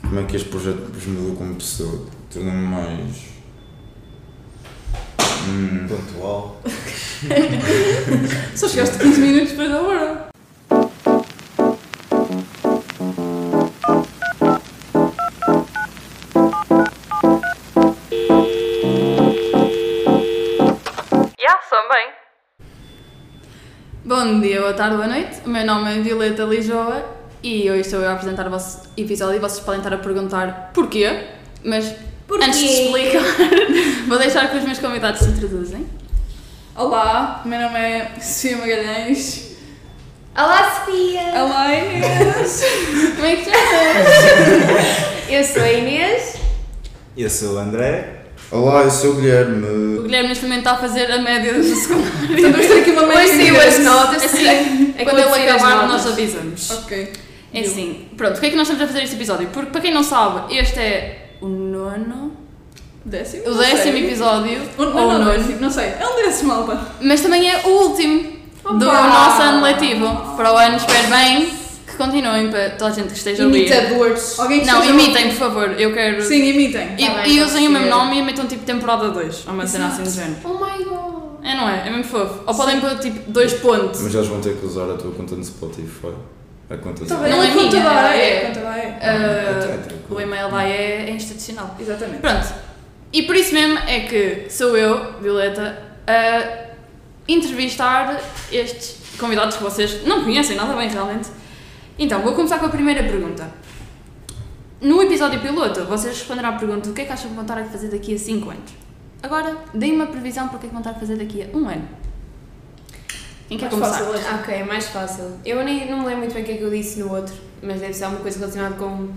Como é que este projeto depois me mudou como pessoa? Tornou-me mais. Hum, Pontual. Só chegaste 15 minutos depois da hora. Já, são bem. Bom dia, boa tarde, boa noite. O meu nome é Violeta Lijoa e hoje estou eu a apresentar o vosso episódio e vocês podem estar a perguntar porquê, mas Porquê? antes de explicar, vou deixar que os meus convidados se introduzem. Olá, meu nome é Sofia Magalhães. Olá, Sofia! Olá, Inês. Como é que te chamas? Eu sou a Inês. Eu sou o André. Olá, eu sou o O Guilherme. Guilherme neste momento está a fazer a média do secundário. Então Vamos ter aqui uma Hoje meia saiu as notas. Assim, É quando ele acontecer as acabar, notas. nós avisamos. Ok. É assim, pronto, porque é que nós estamos a fazer este episódio? Porque, para quem não sabe, este é o nono, Décimo? o Não décimo sei. episódio, Um, ou não, o não, nono, décimo, não sei. É um desses, malta. mas também é o último do Opa! nosso ano letivo. Para o ano, espero bem que continuem para toda a gente que esteja a ouvir. Imitadores. Alguém que Não, seja- imitem, por favor, eu quero. Sim, imitem. E, Tá bem, e pode usem o mesmo ser. nome e metam tipo temporada 2, ou uma cena assim do género. Oh my god! É, não é? É mesmo fofo. Ou podem pôr tipo 2 pontos. Mas eles vão ter que usar a tua conta no Spotify. A conta Tá do- bem, Não é minha, conta lá, é- é. Conta lá, é. Ah, É tranquilo. o e-mail lá é, é institucional. Exatamente. Pronto. E por isso mesmo é que sou eu, Violeta, a entrevistar estes convidados que vocês não conhecem nada bem realmente. Então, vou começar com a primeira pergunta. No episódio piloto, vocês responderam à pergunta o que é que acham que vão estar a fazer daqui a 5 anos. Agora, deem uma previsão para o que é que vão estar a fazer daqui a um ano. Quem quer Mais começar? fácil hoje. Ok, é mais fácil. Eu nem, não me lembro muito bem o que é que eu disse no outro, mas deve ser alguma coisa relacionada com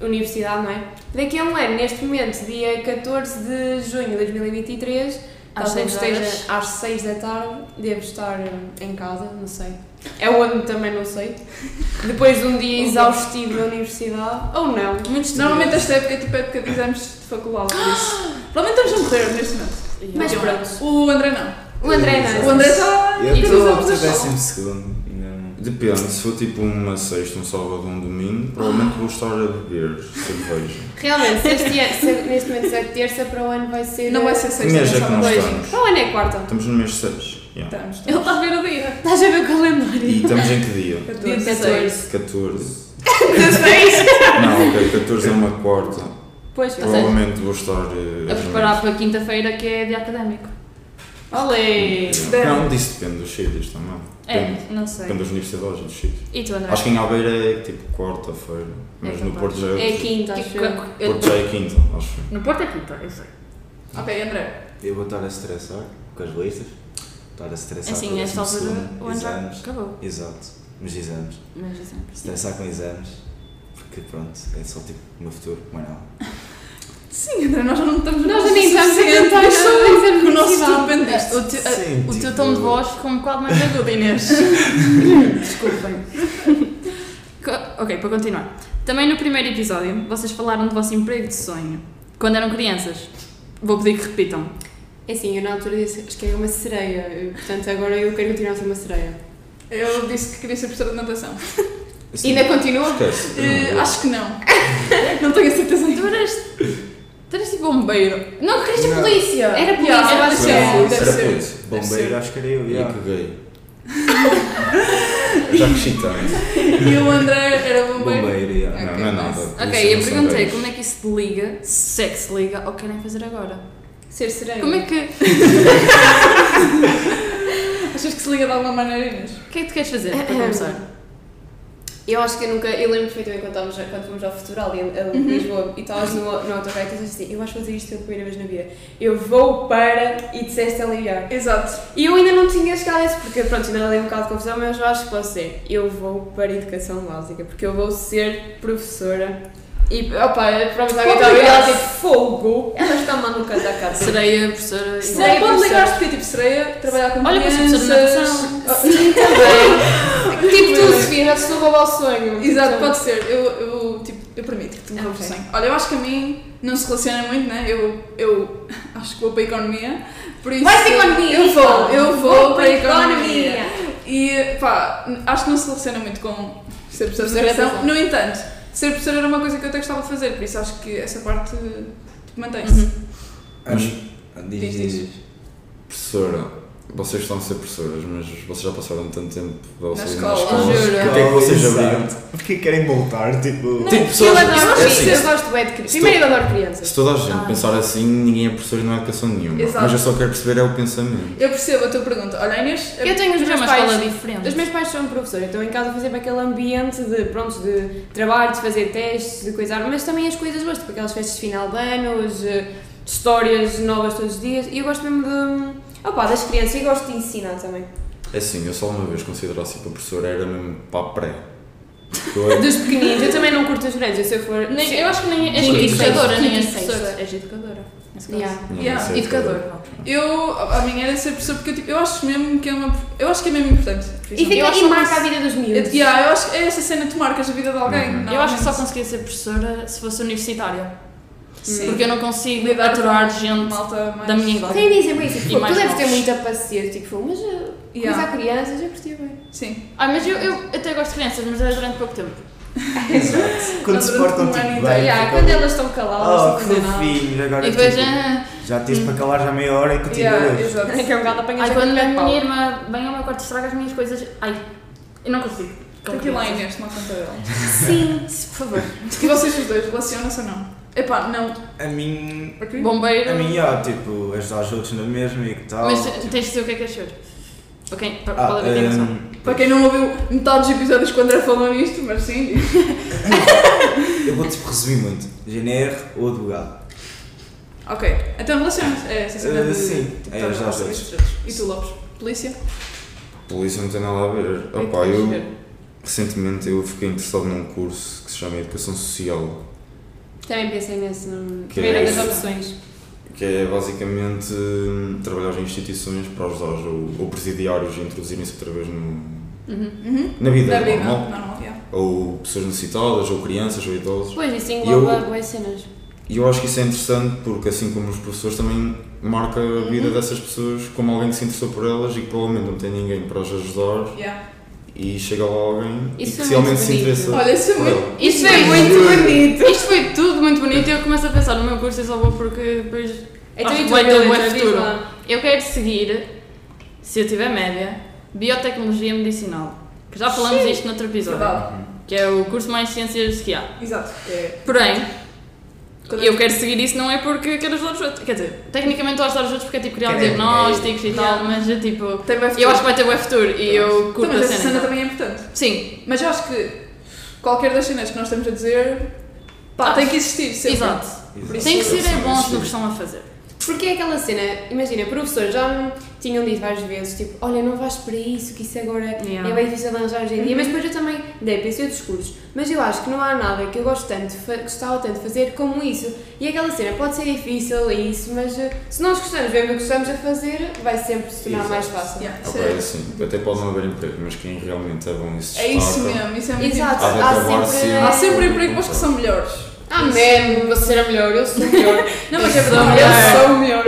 universidade, não é? Daqui a um ano, neste momento, dia 14 de junho de 2023, Às talvez seis horas. esteja às 6 da tarde, devo estar hum, em casa, não sei. É onde também não sei. Depois de um dia exaustivo na universidade, ou não. Muitos Normalmente esta época é tipo época de exames de faculdade, por isso. Provavelmente estamos a morrer neste momento. Mas pronto. O André não. é? O André não. O André tá está... Eu E tu, estou Zé? no décimo segundo. ainda não. Depende, se for tipo uma sexta, um sábado ou um domingo, provavelmente vou estar a beber cerveja. Realmente, se este ano- se neste momento é terça, para o ano vai ser. Não vai ser Que mês é sexta, que não nós vai estamos? Para o ano é quarta. Estamos no mês 6. Yeah. Estamos, Ele está a ver o dia. Estás a ver o calendário. E estamos em que dia? Dia 14. 14. 16. Não, ok, 14 é uma quarta. Pois, ou seja, Provavelmente vou estar. eh, Tá a preparar para quinta-feira que é dia académico. Olê! Não, disso depende dos sítios também. É, Depende, não sei. depende das universidades e dos sítios. E tu, André? Acho que em Albeira é tipo quarta-feira, mas É no capaz. Porto já É é. quinta, acho eu. Porto já é quinta, acho. No Porto é quinta, eu sei. Ok, André. Eu vou estar a estressar com as listas. Estar a estressar Assim, com o esta décimo altura, segundo, o ano já exames. acabou. Exato. Nos exames. Mas assim. Estressar com exames. Porque pronto, é só tipo o meu futuro, mas não. Sim, André, nós já não estamos Nós nem estamos a tentar, só a dizer Que o nosso felicidade. futuro depende disto. O teu, a- Sim, o teu tipo- tom de voz ficou um bocado mais agudo, Inês. Desculpem. Co- ok, para continuar. Também no primeiro episódio, vocês falaram do vosso emprego de sonho. Quando eram crianças. Vou pedir que repitam. É assim, eu na altura disse que era uma sereia, eu- portanto agora eu quero continuar a ser uma sereia. Eu disse que queria ser professora de natação. Assim, Ainda continua? Esquece. Eh, eu não vou. acho que não. não tenho a certeza Tu ainda. eras. Tu eras tipo bombeiro. Não, querias tipo ser Não. polícia! Era Yeah, polícia, eu acho acho que é. Era deve era ser. polícia. ser. Bombeiro, acho que era eu. E yeah. caguei. Já cresci tanto. E o André era bombeiro. Bombeiro, yeah. Não, Ok, não é nice. nada. Ok, eu perguntei como é que isso se liga, se é que se liga ou querem fazer agora. Ser sereia. Como é que. Achas que se liga de alguma maneira, Inês? O que é que tu queres fazer para começar? Eu acho que eu nunca. Eu lembro perfeitamente quando, estávamos, a- quando fomos ao Futural em, em Lisboa e estavas no, no autocarro e tu disseste assim: Eu acho que vou fazer isto pela primeira vez na vida. Eu vou para e disseste aliviar. Exato. E eu ainda não tinha chegado a isso porque, pronto, ainda dei um bocado de confusão, mas eu acho que posso ser. Eu vou para a educação básica porque eu vou ser professora. E, opa, é provavelmente alguém está a ouvir ela tipo fogo. Ela está mal no canto da casa. Serei a professora. Sereia Não pode professora. ligar-te porque é tipo sereia, trabalhar com Olha, vou ser crianças. professora de natação. Sim, também. tipo tu, Sofia, já te estou a roubar o sonho. Exato, Então, pode ser. Eu, eu, tipo, eu permito que tu me Ah, roubes o ok. sangue. Olha, eu acho que a mim não se relaciona muito, né? Eu, eu acho que vou para a economia. Por isso, Vais para a economia, Eu Rita. vou, eu então. vou, Vou para para a a economia. economia. E pá, acho que não se relaciona muito com ser professor de Professor de educação. educação. No entanto, ser professora era uma coisa que eu até gostava de fazer, por isso acho que essa parte tipo, mantém-se. Uhum. Mas, Mas, diz, diz, diz. professora, vocês estão a ser professoras, mas vocês já passaram tanto tempo da vossa Na vida na escola, escola. juro. Porquê é que vocês abriram? Exato. Porquê querem voltar? Tipo. Tipo, Eu pessoas. adoro, é assim, eu gosto bué de crianças. se tu- Primeiro eu adoro crianças. se toda a gente pensar assim, ninguém é professor e não há educação nenhuma. Exato. Mas eu só quero perceber é o pensamento. Eu percebo a tua pergunta. Olha, a Inês. Eu tenho os Mas é meus uma pais. escola diferente. Os meus pais são professores, então em casa fazia para aquele ambiente de, pronto, de trabalho, de fazer testes, de coisar, mas também as coisas boas, tipo aquelas festas de final de ano, as, eh, histórias novas todos os dias, e eu gosto mesmo de, opá, das crianças, e gosto de ensinar também. É assim, eu só uma vez considerasse para professora era mesmo para a pré. Eu- Dos pequeninos, eu também não curto os grandes, eu se eu for... Nem- se- eu acho que nem és Quinta e É educadora, sexta. nem és Quinta e professora. sexta. És educadora. nesse caso. É Yeah. não É Yeah, sei, Educador. Eu, a a minha era ser professora porque eu, tipo, eu acho mesmo que é uma. Eu acho que é mesmo importante. E fica Eu acho e que marca a isso- vida dos Eu, miúdos. yeah, eu acho que é essa cena que tu marcas a vida de alguém. é? Uhum. Eu acho que só normalmente. conseguia ser professora se fosse universitária. Sim. Porque eu não consigo Lidar aturar com gente malta mais- da minha idade. Quem dizem bem isso? Tipo, E mais tu deves ter novos. muita paciência, tipo, foi, mas eh, Yeah. coisa a crianças, eu curti bem. Sim. Ah, mas eu, eu até gosto de crianças, mas era durante pouco tempo. Exato. Quando se portam Durante um tipo ano bem. inteiro. Yeah, ficam- quando elas estão Oh, caladas, que tipo, não fazem nada. fofinhos, agora E depois, tipo, ah, já tens para calar já meia hora e Yeah, continuas. exato. É que é um bocado apanhas ai, a quando colher a de pau. minha irmã vem ao meu quarto e estraga as minhas coisas, ai, eu não consigo. com Aqui lá crianças. Inês, não conta dela. Sim, se- por favor. E vocês os dois, relacionam-se ou não? Epá, não. A mim. Porque... Bombeiro, A mim, yeah, tipo, ajudar os outros na mesma e que tal. tipo, mas tens de dizer o que é que achas. Ok, para Ah, é para ver quem são. hum, Para quem não ouviu metade dos episódios quando era falou nisto, mas sim. eu vou tipo resumir muito. GNR ou advogado. Ok, então relacionam-se. É essa cena Eh, de. sim, de é todos ajudar os nós, outros. E tu, Lopes? Polícia? Polícia não tem nada a ver. Opa, tens de eu ver. recentemente eu fiquei interessado num curso que se chama Educação Social, Também pensei nesse, no Que ver é as isso? opções. que é basicamente hum, trabalhar em instituições para ajudar ou, ou presidiários a introduzirem-se outra vez no, Uhum. na vida Da vida. normal. Normal, yeah. Ou pessoas necessitadas, ou crianças, ou idosos. Pois, isso engloba engloba Eu- boas cenas. E eu acho que isso é interessante porque, assim como os professores, também marca a vida dessas pessoas como alguém que se interessou por elas e que provavelmente não tem ninguém para as ajudar Yeah. e chega lá alguém Isso e que é se realmente muito se bonito. interessa Olha, isso é por muito. ela. Isto é foi muito bonito. Isto foi tudo muito bonito e eu começo a pensar no meu curso e só vou porque depois Então, Acho e tu, bué teu Violeta, bué diz futuro. lá. Eu quero seguir, se eu tiver média, Biotecnologia Medicinal. Que já falamos disto noutro episódio. Verdade. Que é o curso mais ciências que há. Exato. É. Porém, Quando eu quero seguir isso não é porque quero ajudar os outros. Quer dizer, tecnicamente estou a ajudar os outros porque é tipo criar Quer diagnósticos e tal, Yeah. mas é tipo. Tem bem Eu acho que vai ter web futuro e eu curto Tá Então, Mas a essa cena cena. também é importante. Sim, Mas eu acho que qualquer das cenas que nós estamos a dizer. Pá, Ah, tem que existir, sempre. exato. Uhum. Exato. Tem que ser é Educação bom se social. não estão a fazer. Porque é aquela cena, imagina, professores já me tinham dito várias vezes, tipo, olha, não vais para isso, que isso agora Yeah. é bem difícil de arranjar hoje em dia, mas depois eu também dei para esses outros cursos. Mas eu acho que não há nada que eu gosto tanto, de fa- gostava tanto de fazer como isso. E aquela cena pode ser difícil e isso, mas eh, se nós gostamos mesmo do que estamos a fazer, vai sempre se tornar Exato. mais fácil. Yeah, isso Agora, assim, até pode não haver emprego, mas quem realmente é bom e se é, é isso destaca, mesmo, isso é muito Exato, Há de há acabar sempre. sempre- Há sempre empregos que são melhores. Ah, man, você era melhor, eu sou melhor. Não, mas é verdade. Eu sou o melhor.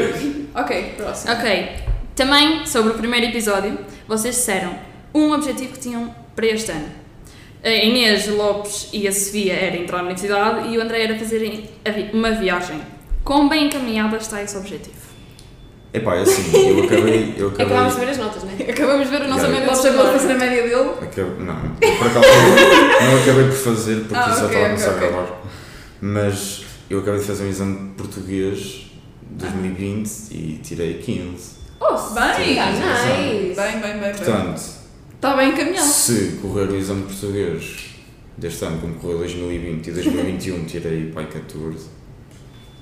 Ok, próximo. Ok, também sobre o primeiro episódio, vocês disseram um objetivo que tinham para este ano. A Inês Lopes e a Sofia era entrar na universidade e o André era fazer a vi- uma viagem. Quão bem encaminhada está esse objetivo? Epá, é assim, eu acabei. Eu acabei, Acabámos de ver as notas, não é? Acabamos de ver a nossa Yeah. Nós estamos a fazer a média dele. acabei- não, eu por acaso não acabei por fazer porque Ah, isso já estava ok, a começar ok, a gravar. Mas eu acabei de fazer um exame de português 2020 e tirei 15. Oh, bem! Sim. nice! Bem, bem, bem, bem. Portanto, Está bem encaminhado. se correr o exame de português deste ano, como correu 2020 e 2021, tirei pai 14.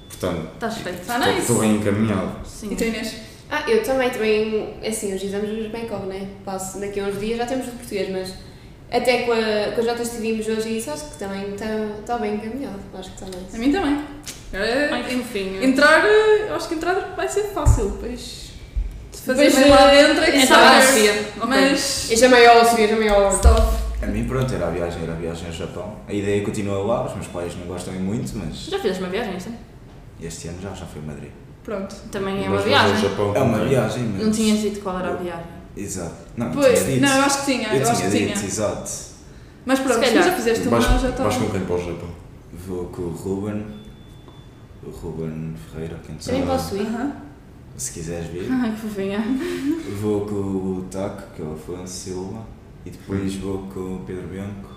Portanto, Estás feito. Está estou- estou nice. bem encaminhado. Sim. E tu, Inês? Ah, eu também, também, assim, os exames bem como, né? Passo daqui a uns dias, já temos de português, mas até com, a, com as notas que tivemos hoje e isso, acho que também está está bem encaminhado, acho que tá também. A mim também. Agora, Ai, que fofinho. Entrar, eh, acho que entrar vai ser fácil, pois. De fazer Pois, bem lá eh, dentro é que entrar sabes. na Sofia. Então, Ok. Mas. Este é maior, sim, este é maior. Stop. A mim, pronto, era a viagem, era a viagem ao Japão. A ideia continua lá, os meus pais não gostam muito, mas Já fizeste uma viagem, sim? este ano já, já foi a Madrid. Pronto. Também Mas é uma vou ao viagem. Japão É uma também. viagem, mas. Não tinhas dito qual era a viagem. Exato. Não, eu Pois, tinha dito. não, eu acho que tinha, eu, eu acho que tinha dito, tinha. exato. Mas pronto, Se tu calhar. já fizeste uma, Vais, já tá está. vais com quem para o Japão? Vou com o Ruben. O Ruben Ferreira, quem Também sabe. posso ir. Aham. Se quiseres vir. Ai, que fofinha. Vou com o Taco, que é o Afonso Silva. E depois vou com o Pedro Bianco.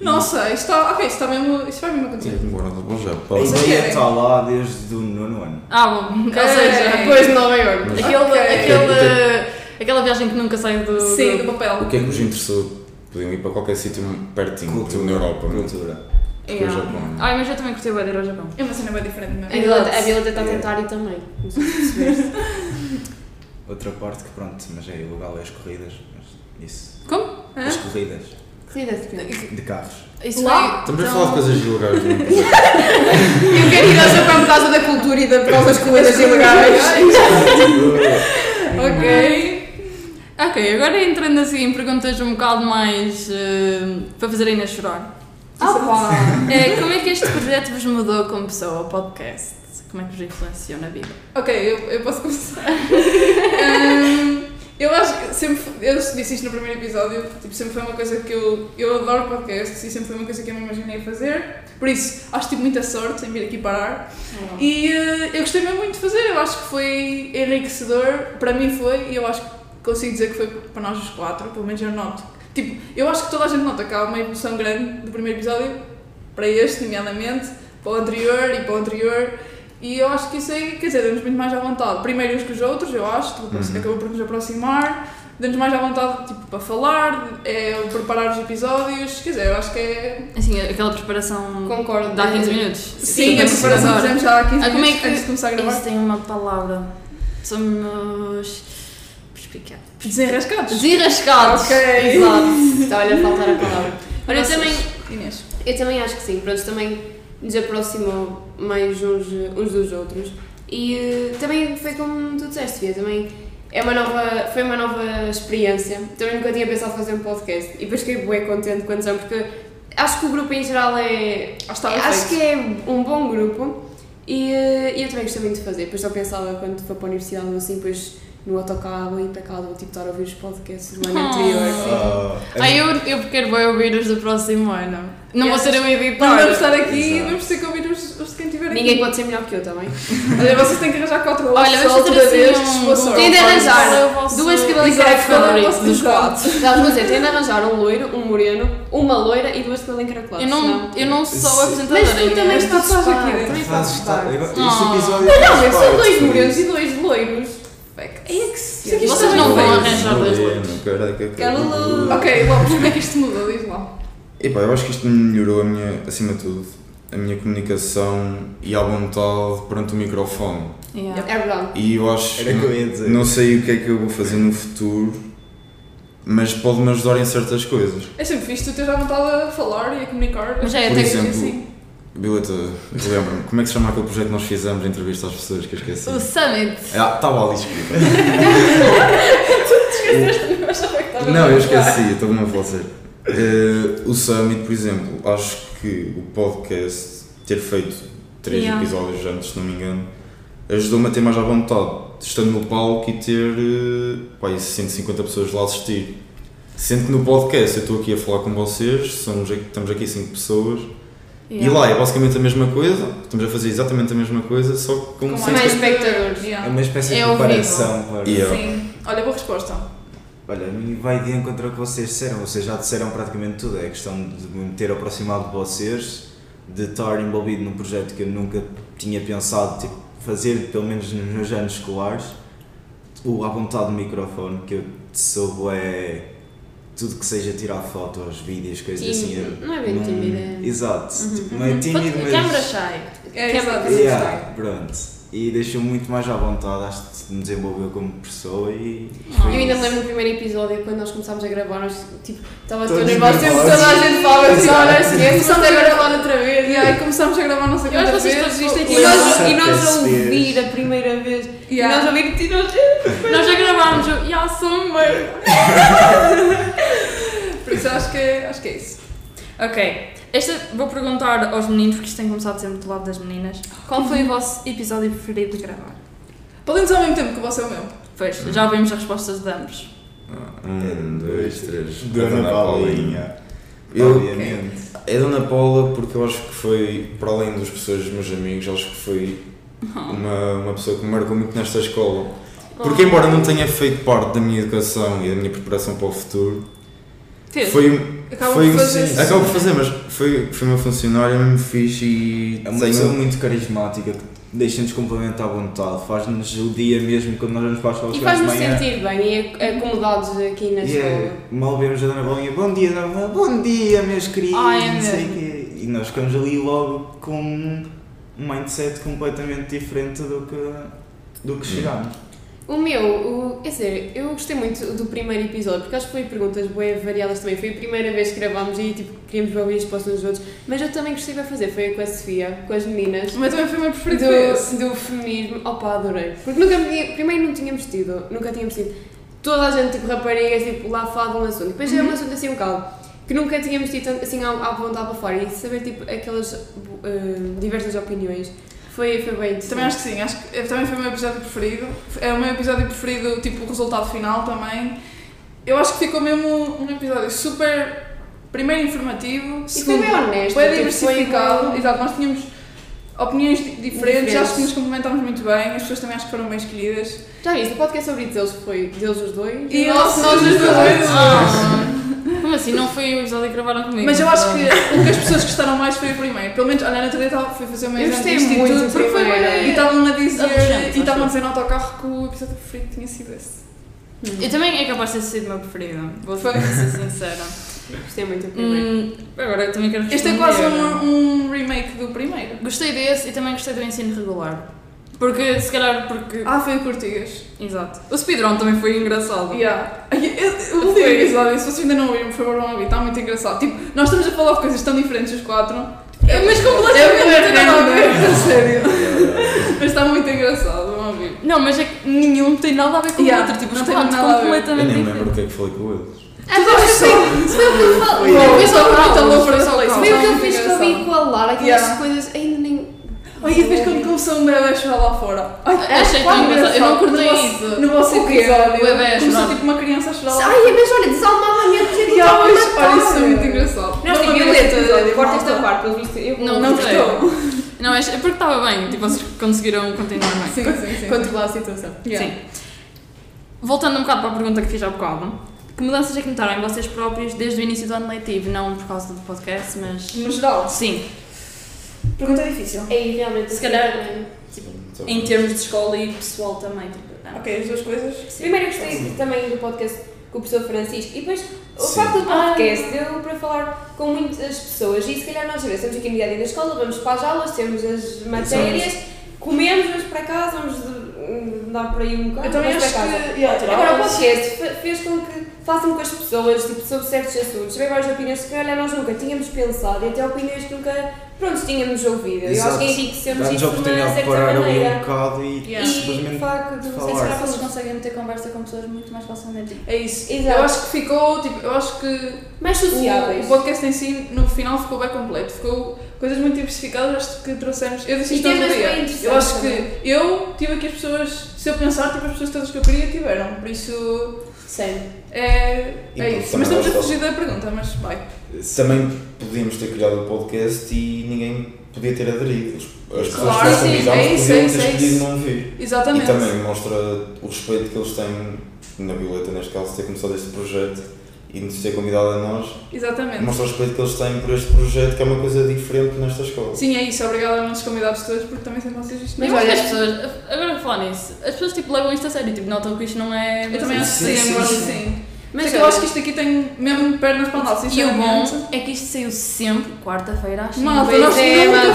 Nossa, isto está. Ok, isto está mesmo. Isto vai mesmo acontecer. Sim, bora para o A Japão. Isso é- ideia está lá desde o nono ano. Ah, bom. Ou Ou seja, Ah, seja, depois de Nova York. aquele, Ok. aquele, aquela viagem que nunca sai do. Sim, do- do papel. O que é que vos interessou? Podiam ir para qualquer sítio pertinho, tipo na Europa. não é? Cultura. Porque o Japão. é- Ai, mas eu também curti o ir ao Japão. É uma cena bem diferente A mesmo. Violeta, a Violeta está a tentar ir também. Não sei se percebeste. Outra parte que pronto, mas é ilegal é as corridas. Mas isso. Como? Hã? As corridas Corrida de quê? de carros. Isso Lá? foi. Então- Estamos a falar de coisas ilegais, não é? Eu é quero ir ao Japão por causa da cultura e da, por causa das comidas ilegais. Ok. Ok, agora entrando assim em perguntas um bocado mais. eh, para fazerem a chorar. É, como é que este projeto vos mudou como pessoa, o podcast? Como é que vos influenciou na vida? Ok, eu, eu posso começar. Ahm, eu acho que sempre. Eu disse isto no primeiro episódio, tipo, sempre foi uma coisa que eu. Eu adoro podcasts e sempre foi uma coisa que eu me imaginei fazer. Por isso, acho que tive muita sorte em vir aqui parar. E eh, eu gostei mesmo muito de fazer, eu acho que foi enriquecedor. Para mim foi, e eu acho que consigo dizer que foi para nós os quatro, pelo menos eu noto. Tipo, eu acho que toda a gente nota que há uma evolução grande do primeiro episódio para este, nomeadamente, para o anterior e para o anterior. E eu acho que isso aí, quer dizer, damos muito mais à vontade. Primeiro uns com os outros, eu acho, tipo, Uhum. acabou por nos aproximar, damos mais à vontade tipo, para falar, é, o preparar os episódios, quer dizer, eu acho que é. Assim, aquela preparação. Concordo. Dá 15 minutos. Sim, é a dá 15 preparação horas. fizemos já há 15 é Ah, como é minutos que- antes de começar a gravar. Isso tem uma palavra. Somos. perspicados. Desenrascados. Desenrascados! Ok. Exato. Estava-lhe a faltar a palavra. Olha, eu Vocês, também. Inês. Eu também acho que sim, pronto, também nos aproximou mais uns, uns dos outros e eh, também foi como tu disseste, Fia, também é uma nova, foi uma nova experiência. Também nunca tinha pensado fazer um podcast e depois fiquei bem contente quando são, porque acho que o grupo em geral é. Acho que Ah, está Tá bem acho feito. que é um bom grupo e eh, e eu também gostei muito de fazer. Depois só pensava quando for para a universidade ou assim, depois no autocarro e para casa vou tipo estar a ouvir os podcasts do ano Oh. anterior. Ah, Ai, eu, eu quero bem ouvir os do próximo ano. Não vou Yes. ser um eu a editar. Não vamos estar aqui, Exato. vamos ter que ouvir os, os de quem tiver Ninguém aqui. pode ser melhor que eu tá também. Olha, vocês têm que arranjar quatro horas Olha, só vamos outra fazer vez, assim boa um. sorte. Tem de arranjar Qual é o vosso- duas cabeleiras Exato, favoritas qual é o vosso dos exato? quatro. Sabes, vou dizer, tem de arranjar um loiro, um moreno, uma loira e duas de cabelo encaracolado. Eu não, eu não sou a Sim. apresentadora. Mas tu Inês. também Mas tu fazes estás parte. aqui, Também fazes fazes estar- parte. Este Oh. episódio Não, eu sou parte, dois por morenos isso. e dois loiros. Ai, é que se... Isto Vocês é não bem vão feito. arranjar dois loiros. Moreno, caraca, Calulu. caraca. Ok, Lopes, como é que isto mudou? Diz lá. Epá, eu acho que isto melhorou a minha, acima de tudo, a minha comunicação e a vontade perante o microfone. Yeah. É verdade. E eu acho. Era o que eu ia dizer. Não sei o que é que eu vou fazer no futuro, mas pode-me ajudar em certas coisas. É sempre fixe, tu tens já vontade a falar e a comunicar. Mas é, Por até que. exemplo, assim. Violeta, eu lembro-me, como é que se chama aquele projeto que nós fizemos de entrevista às pessoas que eu esqueci? O Summit. Ah, estava ali escrito. Não, eu esqueci, eu estou mesmo a falar uh, O Summit, por exemplo, acho que o podcast, ter feito três Yeah. episódios antes, se não me engano, ajudou-me a ter mais à vontade, estando no palco e ter uh, pá, aí 150 pessoas lá a assistir. Sendo que no podcast eu estou aqui a falar com vocês, somos, aqui- estamos aqui 5 pessoas, e lá é basicamente a mesma coisa, estamos a fazer exatamente a mesma coisa, só que com, Com 150 mais espectadores. É Yeah. uma espécie de É ouvido. preparação para. Yeah. Sim. É. Olha, boa resposta. Olha, a mim vai de encontro ao que vocês disseram, vocês já disseram praticamente tudo, é questão de me ter aproximado de vocês, de estar envolvido num projeto que eu nunca tinha pensado tipo, fazer, pelo menos nos meus anos escolares, o à vontade do microfone, que eu soube é tudo que seja tirar fotos, vídeos, coisas assim. Tímido. eu Não é bem não- tímido, é- uhum. Exato, tipo, meio tímido, mas... Câmara cheia. É, Quer- exato. Yeah, né? pronto. E deixou muito mais à vontade, acho que me desenvolveu como pessoa e. Eu ainda me lembro do primeiro episódio, quando nós começámos a gravar, nós, tipo, estava tão Todos nervosa, sempre nervosos. toda a gente falava assim, olha, esquece, É, Começamos começamos a a gravar gravar outra vez. E aí começamos a gravar a nossa Eu acho que é quinta vocês vez. todos isto aqui. E nós, é e Começamos nós a a ouvir a primeira vez, Yeah. e nós a ouvir e nós... Nós já gravámos o Ya Summer. Por isso acho que, é- acho que é isso. Ok. Esta vou perguntar aos meninos, porque isto tem começado sempre do lado das meninas. Qual foi o vosso episódio preferido de gravar? Podem dizer ao mesmo tempo que você é o meu. Pois, Hum. já ouvimos as respostas de ambos. Um, dois, três. Dona Ana Paulinha. Eu, obviamente. É Dona Paula porque eu acho que foi, para além das pessoas dos meus amigos, acho que foi uma, uma pessoa que me marcou muito nesta escola. Porque embora não tenha feito parte da minha educação e da minha preparação para o futuro, Fez. foi, um, Acaba foi por fazer isso. acabo por fazer, mas foi, foi uma funcionária mesmo fixe e um- É uma tenho- pessoa muito carismática que deixa-nos complementar à vontade, faz-nos o dia mesmo quando nós vamos para a escola E chegamos de faz-nos manhã. sentir bem e é, ac- acomodados aqui na E é, escola. mal vemos a Dona Bolinha, bom dia, Dona Bolinha, bom dia, meus queridos, Ai, é não sei o quê. E nós ficamos ali logo com um mindset completamente diferente do que, do que chegámos. O meu, o, é sério, eu gostei muito do primeiro episódio, porque acho que foi perguntas bem variadas também. Foi a primeira vez que gravámos e tipo, queríamos ver ouvir as respostas dos outros. Mas eu também gostei de fazer, foi com a Sofia, com as meninas. Mas também foi o meu preferido. esse. do, do feminismo, opa, adorei. Porque nunca me tinha, primeiro não tínhamos tido, nunca tínhamos tido toda a gente, tipo raparigas, tipo lá falar de um assunto. Depois Uhum. era um assunto assim um bocado que nunca tínhamos tido tanto, assim à, à vontade para fora e saber tipo aquelas eh, diversas opiniões foi, foi bem interessante. Também acho que sim, acho que eh, também foi o meu episódio preferido. É o meu episódio preferido, tipo, o resultado final também. Eu acho que ficou mesmo um episódio super. Primeiro informativo, E foi segundo, bem honesto. bem tipo, foi diversificado. bem- Exato, nós tínhamos opiniões di- diferentes, Diferentes. acho que nos complementámos muito bem, as pessoas também acho que foram bem escolhidas. Já viste, o podcast sobre deles foi deles os dois. E nós- nós, nós as duas. Ah, como assim? Não foi o episódio que gravaram comigo? Mas eu acho que o que as pessoas gostaram mais foi o primeiro. Pelo menos, olha, na Natália estava- foi fazer uma Eu exame de gostei muito instituto, do porque foi primeiro. bué- E estavam a Arrojante, dizer, acho e estavam eu. a dizer no autocarro que o episódio preferido tinha sido esse. Ah. Eu também é capaz de ter sido o meu preferido. Vou Foi. Uhum. ser sincera. Gostei muito do primeiro. Hum, agora eu também quero Este é responder. quase um, um remake do primeiro. Gostei desse e também gostei do ensino regular. Porque, se calhar, porque. Ah, foi o Cortigas. Exato. O speedrun também foi engraçado. Yeah. Ai, eu- O último Foi. episódio, se vocês ainda não ouviram, por favor, vão ouvir. Está muito engraçado. Tipo, nós estamos a falar de coisas tão diferentes os quatro. Mas completamente não tem nada a ver, a sério. Mas está muito engraçado, vão ouvir. Não, mas é que nenhum tem nada a ver com Yeah, o outro. Tipo, os não tem quatro nada a ver. Eu completamente nem me lembro diferentes. o que é que falei com eles. Ah, mas eu sei- Foi só o Paulo, foi só o Paulo. Foi o que eu Muito fiz que eu engraçado. vi igualar aquelas Yeah. coisas, ainda nem. Ai, e depois quando começou o um bebê a chorar lá fora. Ai, É, Achei qual tão engraçado. Eu não engraçado. curti No vosso- isso. No vosso O quê? episódio, O bebê a começou chorar. tipo uma criança a chorar lá. Ai, mas olha, desalmava-me a dizer que E eu ah, estava a mas, olha, isso é matar. muito engraçado. Não, Vamos tipo, ver esse episódio, Violeta, corta malta. esta parte, pelo visto. Eu Não, Não Gostei. gostou? Não, é é porque estava bem. Tipo, vocês conseguiram continuar bem. Sim, sim, sim. controlar a situação. Yeah. Sim. Voltando um bocado para a pergunta que fiz há bocado. Que mudanças é que notaram em vocês próprios desde o início do ano letivo? Não por causa do podcast, mas... No geral. Sim. Pergunta difícil. Aí realmente. Se calhar, Então, Em termos de escola e pessoal também. Tipo, não. Ok, as duas coisas. Primeiro eu gostei também do podcast com o professor Francisco e depois o Sim. facto do Ah. podcast deu para falar com muitas pessoas e se calhar nós sabemos, estamos aqui no dia a dia da escola, vamos para as aulas, temos as matérias, comemos, vamos para casa, vamos de- andar por aí um bocado. Eu também vamos acho para casa. que. yeah, tirar Agora, o aulas. podcast fe- fez com que façam com as pessoas tipo, sobre certos assuntos, sobre várias opiniões que, se calhar, nós nunca tínhamos pensado e até opiniões que nunca, pronto, tínhamos ouvido. Eu acho Exato. que é enriquecemos Dá-nos a isto de uma oportunidade de certa parar ali um maneira. bocado e E Yeah. o simplesmente facto de Sei se calhar falar. vocês conseguem ter conversa com pessoas muito mais facilmente. É isso. Exato. Eu acho que ficou, tipo, eu acho que mais O, sociáveis. o podcast em si, no final, ficou bem completo. Ficou coisas muito diversificadas, acho que trouxemos. Eu disse E isto outro temas dia. bem Eu acho interessantes que eu tive aqui as pessoas, se eu pensar, tive as pessoas todas que eu queria tiveram. Por isso Sim. é, E é pronto, isso. também Mas estamos a gosto. fugir da pergunta, mas vai. Também podíamos ter criado o podcast e ninguém podia ter aderido. As pessoas Claro, que foram sim, convidadas é isso, é podiam isso, ter é escolhido isso. não vir. Exatamente. E também mostra o respeito que eles têm na Violeta, neste caso, ter começado este projeto e nos ter convidado a nós. Exatamente. Mostra o respeito que eles têm por este projeto, que é uma coisa diferente nesta escola. Sim, é isso. Obrigada aos nossos convidados todos, porque também sem vocês isto Mas não olha, as é. pessoas... Agora a falar nisso. As pessoas, tipo, levam isto a sério. Tipo, notam que isto não é... Eu também acho que Sim, sim, sim, eu acho que sim. sim. Mas Mas eu olha- acho que isto aqui tem mesmo pernas para andar, E o bom sinceramente. é que isto saiu sempre quarta-feira às 5. Malta, nós é, nunca Martim.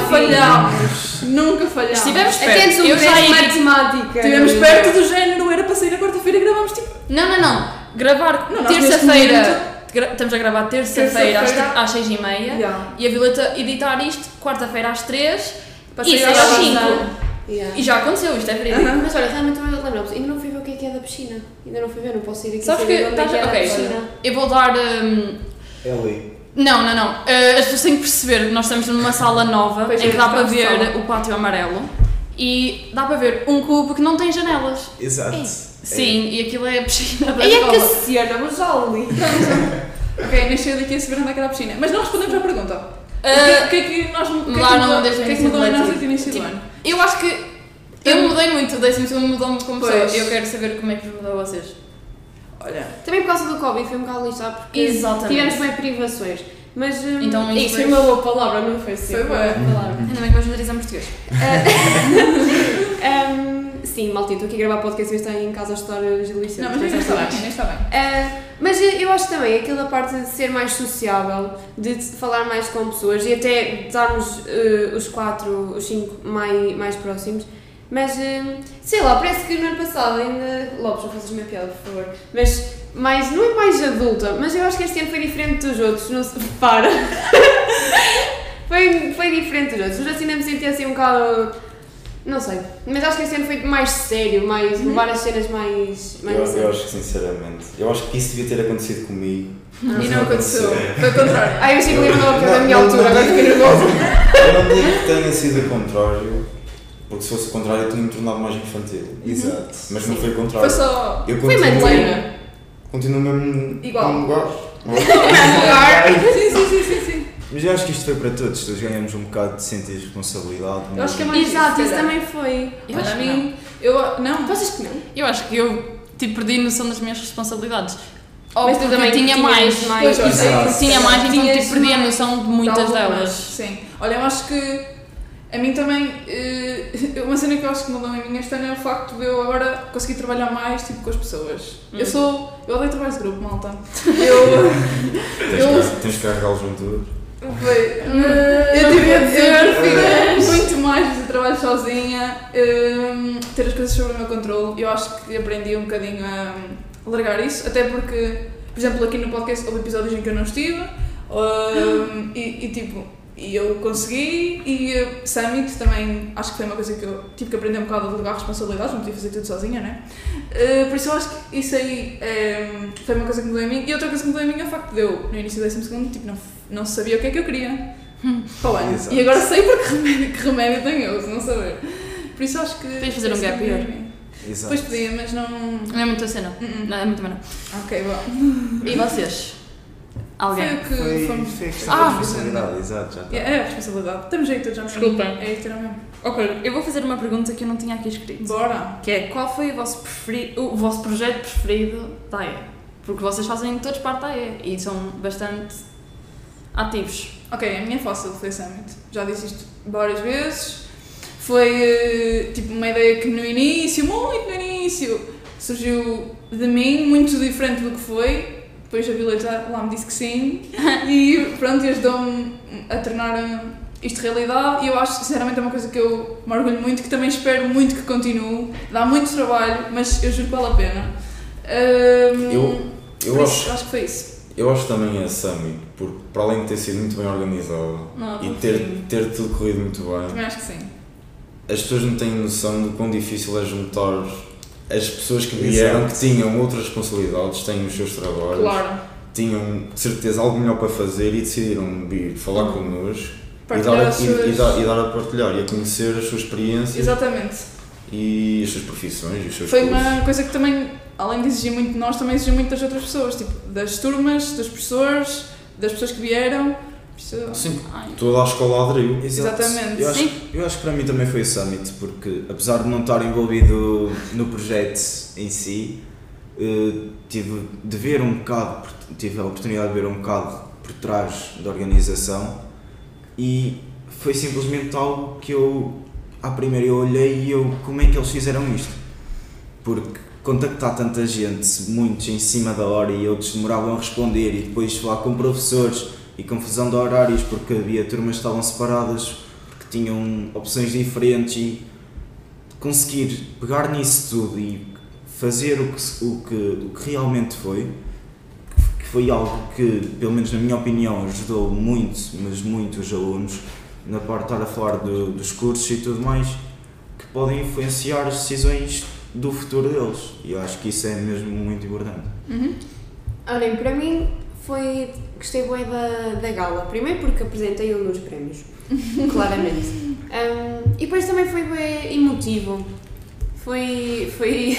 falhámos. Nunca falhámos. Estivemos Até perto. Eu já de ia... matemática. Estivemos perto do género, era para sair na quarta-feira e gravámos tipo. Não, não, não. Gravar Não, nós neste terça-feira... gra- Estamos a gravar terça-feira às, Terça-feira. às 6 e meia. Yeah. E a Violeta editar isto quarta-feira às 3 Para e sair sair às às seis. 5. Yeah. E já aconteceu, isto é verídico. tipo, Mas olha, realmente também lembro-me, ainda não fui ver o que é que é da piscina. Ainda não fui ver, não posso ir aqui Sabes que saber onde é estás que é da ok, piscina. eu vou dar. hum, É ali. não, não, não. Uh, as pessoas têm que perceber que nós estamos numa sala nova Pois é, em que dá para estamos ver sala. o pátio amarelo e dá para ver um cubo que não tem janelas. Exato. Sim, e aquilo é a piscina da Aí é escola. que a Siena, mas já ali. Ok, nasceu daqui a se ver onde é que era a piscina. Mas não respondemos à pergunta. Ah, o que, o que é que nós o que é que mudaram mudou- desde o o que é que início mudou do em nós letivo? desde o início do Tipo, ano? Eu acho que eu mudei muito, o décimo segundo mudou-me como pessoa. Pois. Eu quero saber como é que vos mudou a vocês. Olha, Também por causa do Covid foi um bocado lixado porque Exatamente. tivemos bem privações. Mas hum, Então, isso isso foi foi- uma boa palavra, não foi assim? Foi bué. palavra. Ainda bem que vais em português. Hum, sim, maltinho, estou aqui a gravar podcast, mas está em casa a é estudar jornalista. não, mas ninguém está bem, ninguém está bem. Ah, mas eu eu acho também aquela parte de ser mais sociável, de te- falar mais com pessoas e até estarmos ah, os quatro, os cinco mais, mais próximos. Mas ah, sei lá, parece que no ano passado ainda. Lopes, não faças minha piada, por favor. Mas mais, não é mais adulta, mas eu acho que este ano foi diferente dos outros, não se para. foi, foi diferente dos outros. Os outros ainda me senti assim um bocado. Não sei, mas acho que este ano foi mais sério, mais levar as cenas mais. mais Eu, a sério. eu acho que, sinceramente, eu acho que isso devia ter acontecido comigo. E não aconteceu. Foi o contrário. Ai, Ah, eu achei que ele mandou a Não, minha não, altura, não agora digo- fiquei nervosa. Eu não digo que tenha sido o contrário, porque se fosse o contrário eu tinha-me tornado mais infantil. Exato. Mas não foi o Uhum. Foi contrário. só. Eu Foi continuo, manteiga. continuo mesmo Igual. como gosto. Sim, sim, sim, sim. sim. Mas eu acho que isto foi para todos, todos ganhamos um bocado de sentir responsabilidade. Eu acho que é mais. Exato, isso se calhar. também foi. Eu Olha, acho a que mim. Eu. Não. Vocês que não? Eu acho que eu tipo, perdi noção das minhas responsabilidades. Ou Mas tu porque também eu tinha tinhas mais. Pois, mais. Exato. olha, Porque tinha mais, então Tinhas tipo, perdi a noção de muitas Algumas, delas. Sim. Olha, eu acho que a mim também. eh, uma cena que eu acho que mudou em mim este ano é o facto de eu agora conseguir trabalhar mais tipo, com as pessoas. Eu sou. Eu odeio trabalho de grupo, malta. Eu. Tens que- Tens que carregá-los junto. foi, eu tive a dizer, fiz muito mais de trabalho sozinha, hum, ter as coisas sob o meu controle. Eu acho que aprendi um bocadinho a hum, largar isso, até porque, por exemplo, aqui no podcast houve episódios em que eu não estive, hum, e, e tipo, e eu consegui, e uh, Summit também acho que foi uma coisa que eu tive que aprender um bocado a delegar responsabilidades, não podia fazer tudo sozinha, né? Uh, por isso eu acho que isso aí hum, foi uma coisa que mudou em mim, e outra coisa que mudou em mim é o facto de eu, no início do 12 tipo, não, não sabia o que é que eu queria. para o ano. Exato. E agora sei porque remédio, que remédio tenho eu, se não saber. Por isso acho que. Podias fazer um isso gap mudou year. em mim. Exato. Pois podia, mas não. Não é muito a cena. Hum, hum. Não, é muito bem, não. Ok, bom. E vocês? Foi Alguém? o que Foi, fomos. foi a questão Ah, da responsabilidade, exato, já está. É, é a responsabilidade. Temos jeito, já Desculpa. É isso, era mesmo. Ok, eu vou fazer uma pergunta que eu não tinha aqui escrito. Bora! Que é, qual foi o vosso, preferi- o vosso projeto preferido da AE? Porque vocês fazem todos parte da AE e são bastante ativos. Ok, a minha fóssil foi Summit. Já disse isto várias vezes. Foi eh, tipo uma ideia que no início, muito no início, surgiu de mim, muito diferente do que foi. Depois a Violeta lá me disse que sim. e pronto, e ajudou-me a tornar eh, isto realidade. E eu acho, sinceramente, é uma coisa que eu me orgulho muito, que também espero muito que continue. Dá muito trabalho, mas eu juro que vale a pena. Ahm, Eu- por Eu isso, acho, acho que foi isso. eu acho também a Summit, porque para além de ter sido muito bem organizada Não, e por ter, fim. ter tudo corrido muito bem, Também acho que sim. as pessoas não têm noção do quão difícil é juntar as pessoas que vieram, que tinham outras responsabilidades, têm os seus trabalhos, Claro. tinham de certeza algo melhor para fazer e decidiram vir falar connosco e dar, Uhum. Partilhar a, as e- suas- e dar- e dar a partilhar e a conhecer as suas experiências Exatamente. e as suas profissões e os seus Foi cursos. uma coisa que também, além de exigir muito de nós, também exigiu muito das outras pessoas, tipo, das turmas, dos professores, das pessoas que vieram. Por isso- Sim, Ai. toda a escola aderiu. Exato. Exatamente. Eu acho, Sim. eu acho que para mim também foi o Summit, porque apesar de não estar envolvido no projeto em si, eh, tive de ver um bocado, por- tive a oportunidade de ver um bocado por trás da organização e foi simplesmente algo que eu, à primeira eu olhei e eu, como é que eles fizeram isto? Porque contactar tanta gente, muitos em cima da hora e outros demoravam a responder e depois falar com professores e confusão de horários porque havia turmas que estavam separadas porque tinham opções diferentes e conseguir pegar nisso tudo e fazer o que, se- o que, o que realmente foi, que foi algo que, pelo menos na minha opinião, ajudou muito, mas muito os alunos, na parte de estar a falar do- dos cursos e tudo mais, que podem influenciar as decisões do futuro deles. E eu acho que isso é mesmo muito importante. Uhum. Olhem, para mim foi. Gostei bem da, da gala. Primeiro porque apresentei um dos prémios, claramente. Hum, e depois também foi bem emotivo. Foi. Foi.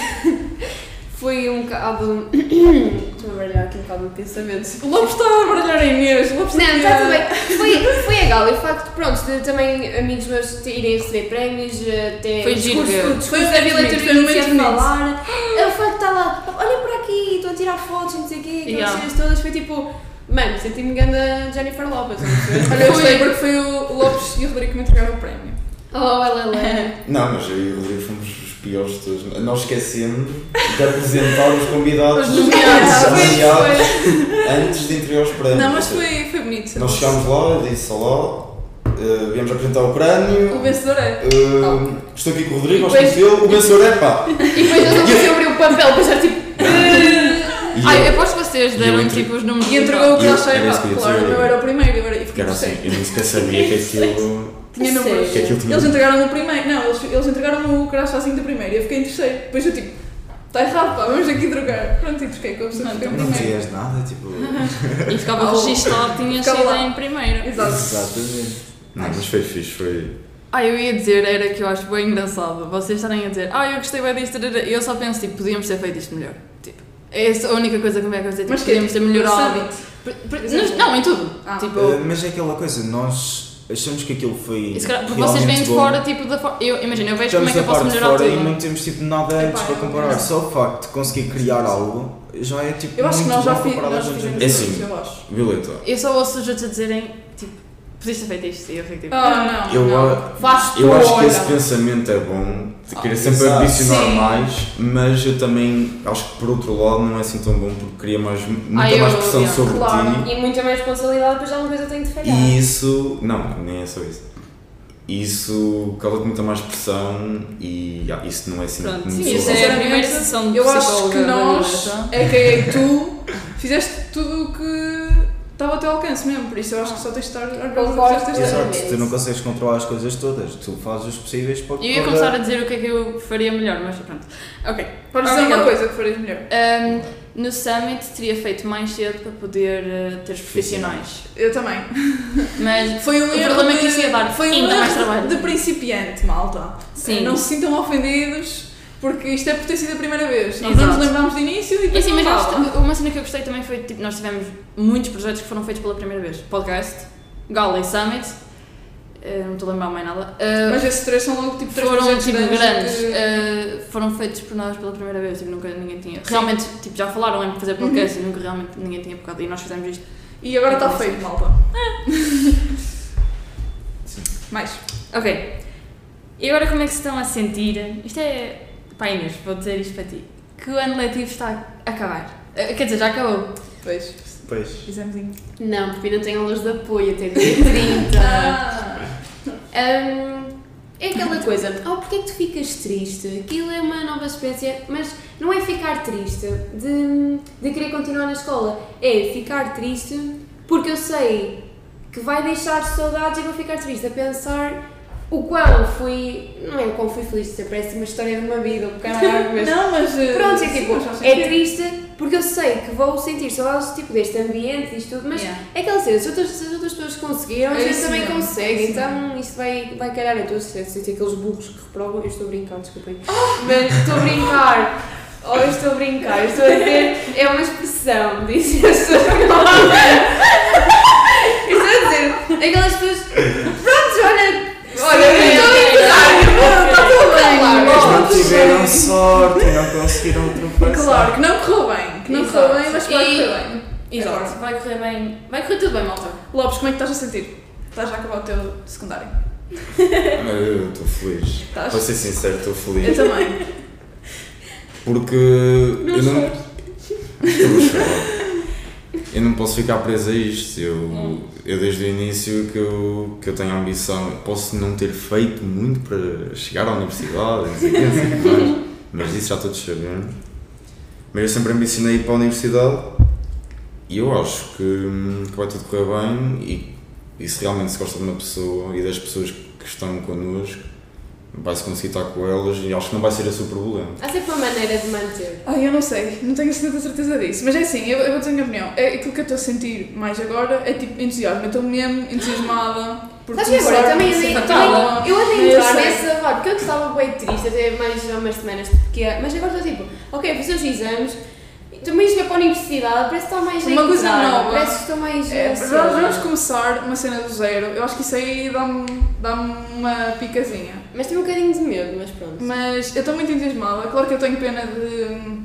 foi um bocado. Estou a baralhar aqui um bocado de pensamentos. O Lobo está a baralhar em Inês. o Lobo está Não, a está tudo bem. Foi, foi a gala e o facto, pronto, de também amigos meus te- irem receber prémios, eh, até Foi giro ver. o discurso Foi um da Vila momento bonito, foi um Turícia momento a falar. É O facto de estar lá, olha para aqui, estou a tirar fotos, não sei o quê, aquelas Yeah. cenas todas, foi tipo, mano, senti-me ganda Jennifer Lopez. não sei. Olha, eu gostei porque foi o Lopes e o Rodrigo que me entregaram o prémio. Oh, ela lá. Não, mas eu e o Rodrigo fomos os piores de todos. Nós esquecemos de apresentar os convidados Os nomeados. os Foi- nomeados, antes de entregar os prémios. Não, mas foi, foi bonito. Nós chegámos lá, eu disse olá, eh, viemos apresentar o prémio. O vencedor é. eh, Estou aqui com o Rodrigo, gosto muito dele, o vencedor é pá. E depois eles não conseguiam abrir o papel, depois era tipo, E Ai, eu, eu aposto que vocês E deram eu entre- tipo os números E entregou o que Eu- ele achava. era isso que eu ia Claro, dizer. eu era o primeiro. Eu era, e fiquei Cara, assim, eu nem sequer sabia que aquilo, Tinha números. que aquilo tinha. Eles entregaram o primeiro. Não, eles, eles entregaram o crachazinho do primeiro e eu fiquei em terceiro. Depois eu tipo, está errado, pá, vamos aqui trocar. Pronto, e troquei com a pessoa que ficou em Não primeiro. dizias nada, tipo. E ficava Oh. registado, tinha Ficava sido lá. em primeiro. Exato. Exatamente. Não, mas foi fixe, foi. Ah, eu ia dizer, era que eu acho bem engraçado vocês estarem a dizer, ah, eu gostei bem disto, tarara", e eu só penso, tipo, podíamos ter feito isto melhor. Tipo, é essa a única coisa que me é que eu tipo, Mas que- podíamos ter melhorado. Por- por- nos- Não, em tudo. Ah. Tipo, Eh, Mas é aquela coisa, nós achamos que aquilo foi. e se calhar- porque vocês vêm realmente de bom. fora, tipo, da forma. Eu, imagina, eu vejo como Estamos é que eu da posso parte de melhorar fora e tudo. não temos tipo nada Epá, antes para eu- comparar. Só o facto de conseguir criar algo já é tipo. Eu acho que muito nós já bom fi- comparado nós a todos os fizemos É outros. assim. isso, eu acho. Violeta. Eu só ouço os outros a dizerem, tipo, podias ter feito isto, e eu fico tipo. Ah, não. Eu, não. a- Faz Eu acho que folha. esse pensamento é bom, de querer sempre Ah, exato. ambicionar Sim. mais, mas eu também acho que por outro lado não é assim tão bom porque cria mais, muita eu- mais pressão é yeah, sobre claro, É ti e muita mais responsabilidade, depois alguma coisa tenho de falhar. e isso. Não, nem é só isso. Isso causa-te muita mais pressão e ah, isso não é assim Pronto, muito sim, isso saudável. é a Sinceramente, primeira sessão de Eu acho que psicóloga é da nós, Violeta. a.k.a. tu, fizeste tudo o que estava ao teu alcance mesmo, por isso eu acho que só tens de estar orgulhoso Concordo. de que fizeste esta. Exato, tu não consegues controlar as coisas todas, tu fazes os possíveis para Eu ia para- começar a dizer o que é que eu faria melhor, mas pronto. Ok, Podes Ah, dizer uma não. coisa que farias melhor. Ahm, no Summit teria feito mais cedo para poder eh, ter os profissionais. Eu também. Mas Foi um O erro problema é que de- isso ia dar foi um ainda erro mais trabalho. de principiante, malta. sim. Não se sintam ofendidos, porque isto é por ter sido a primeira vez. Nós Exato. não nos lembrámos de início E e depois assim, mas não eu estava. gostei- uma cena que eu gostei também foi tipo, nós tivemos muitos projetos que foram feitos pela primeira vez. Podcast, Gala e Summit. eh, não estou a lembrar mais nada. Eh, Mas esses três são logo tipo três foram projetos tipo grandes. grandes, que- eh, foram feitos por nós pela primeira vez, tipo, nunca ninguém tinha. Realmente, tipo, já falaram em fazer podcast e nunca realmente ninguém tinha focado. E nós fizemos isto. E agora está Sim. feito, malta. Ah. Mais. Ok. E agora como é que se estão a sentir? Isto é. Pá, Inês, vou dizer isto para ti. Que o ano letivo está a acabar. Eh, Quer dizer, já acabou. Pois. Pois. Examezinho. Não, porque ainda tenho aulas de apoio até dia Ah. 30. Hum, É aquela coisa, oh, porque é que tu ficas triste? Aquilo é uma nova experiência, mas não é ficar triste de, de querer continuar na escola, é ficar triste porque eu sei que vai deixar saudades e vou ficar triste a pensar o quão fui, não é o quão fui feliz, isso parece uma história de uma vida, o caralho, mas Não, mas. eh, pronto, é sim, tipo, mas já sei que é triste porque eu sei que vou sentir saudades tipo, deste ambiente, disto tudo, mas Yeah. é aquela cena, se outras, se as outras pessoas conseguiram, É a gente isso também mesmo, é consegue, isso então isto vai, vai calhar a todos, se se tem aqueles burros que reprovam, eu estou a brincar, desculpem, mas estou a brincar, ou eu estou a brincar, eu estou a dizer, é uma expressão, dizem as pessoas que não Eu estou a dizer, aquelas pessoas, pronto, olha, olha, eu estou a brincar, eu estou a Claro. brincar, Não tiveram sorte, não conseguiram ultrapassar. Claro, que não correu bem. Que não Exato. correu bem, mas vai E- correr bem. Agora. Vai correr bem. Vai correr tudo bem, malta. Lopes, como é que estás a sentir? Estás a acabar o teu secundário? Eu estou feliz. Estás? Para ser sincero, estou feliz. Eu também. Porque eu não. Eu vou chorar. Eu não posso ficar preso a isto. Eu, eu desde o início que eu, que eu tenho a ambição. Eu posso não ter feito muito para chegar à universidade, não sei o quê, não sei o que mais, mas isso já todos sabemos. Mas eu sempre ambicionei ir para a universidade e eu acho que, hum, que vai tudo correr bem e, e se realmente se gosta de uma pessoa e das pessoas que estão connosco, vai-se conseguir estar com elas e acho que não vai ser esse o problema. Há sempre uma maneira de manter. Ai, eu não sei, não tenho tanta certeza disso. Mas é assim, eu, eu vou dizer a minha opinião. É, aquilo que eu estou a sentir mais agora é tipo entusiasmo. Eu estou mesmo entusiasmada. por Sabes que começar assim, tá agora também a andei, ser também, fatal. eu andei Eu entrar sei. nessa vibe, porque eu é- estava bem triste até mais há umas semanas, porque, mas agora estou tipo, ok, fiz os exames, também cheguei para a universidade, parece que está mais Uma a coisa entrar, nova. Parece que estou mais. assim. É, ansiosa. vamos vamos começar uma cena do zero. Eu acho que isso aí dá-me dá uma picazinha. Mas tenho um bocadinho de medo, mas pronto. Mas eu estou muito entusiasmada. Claro que eu tenho pena de hum,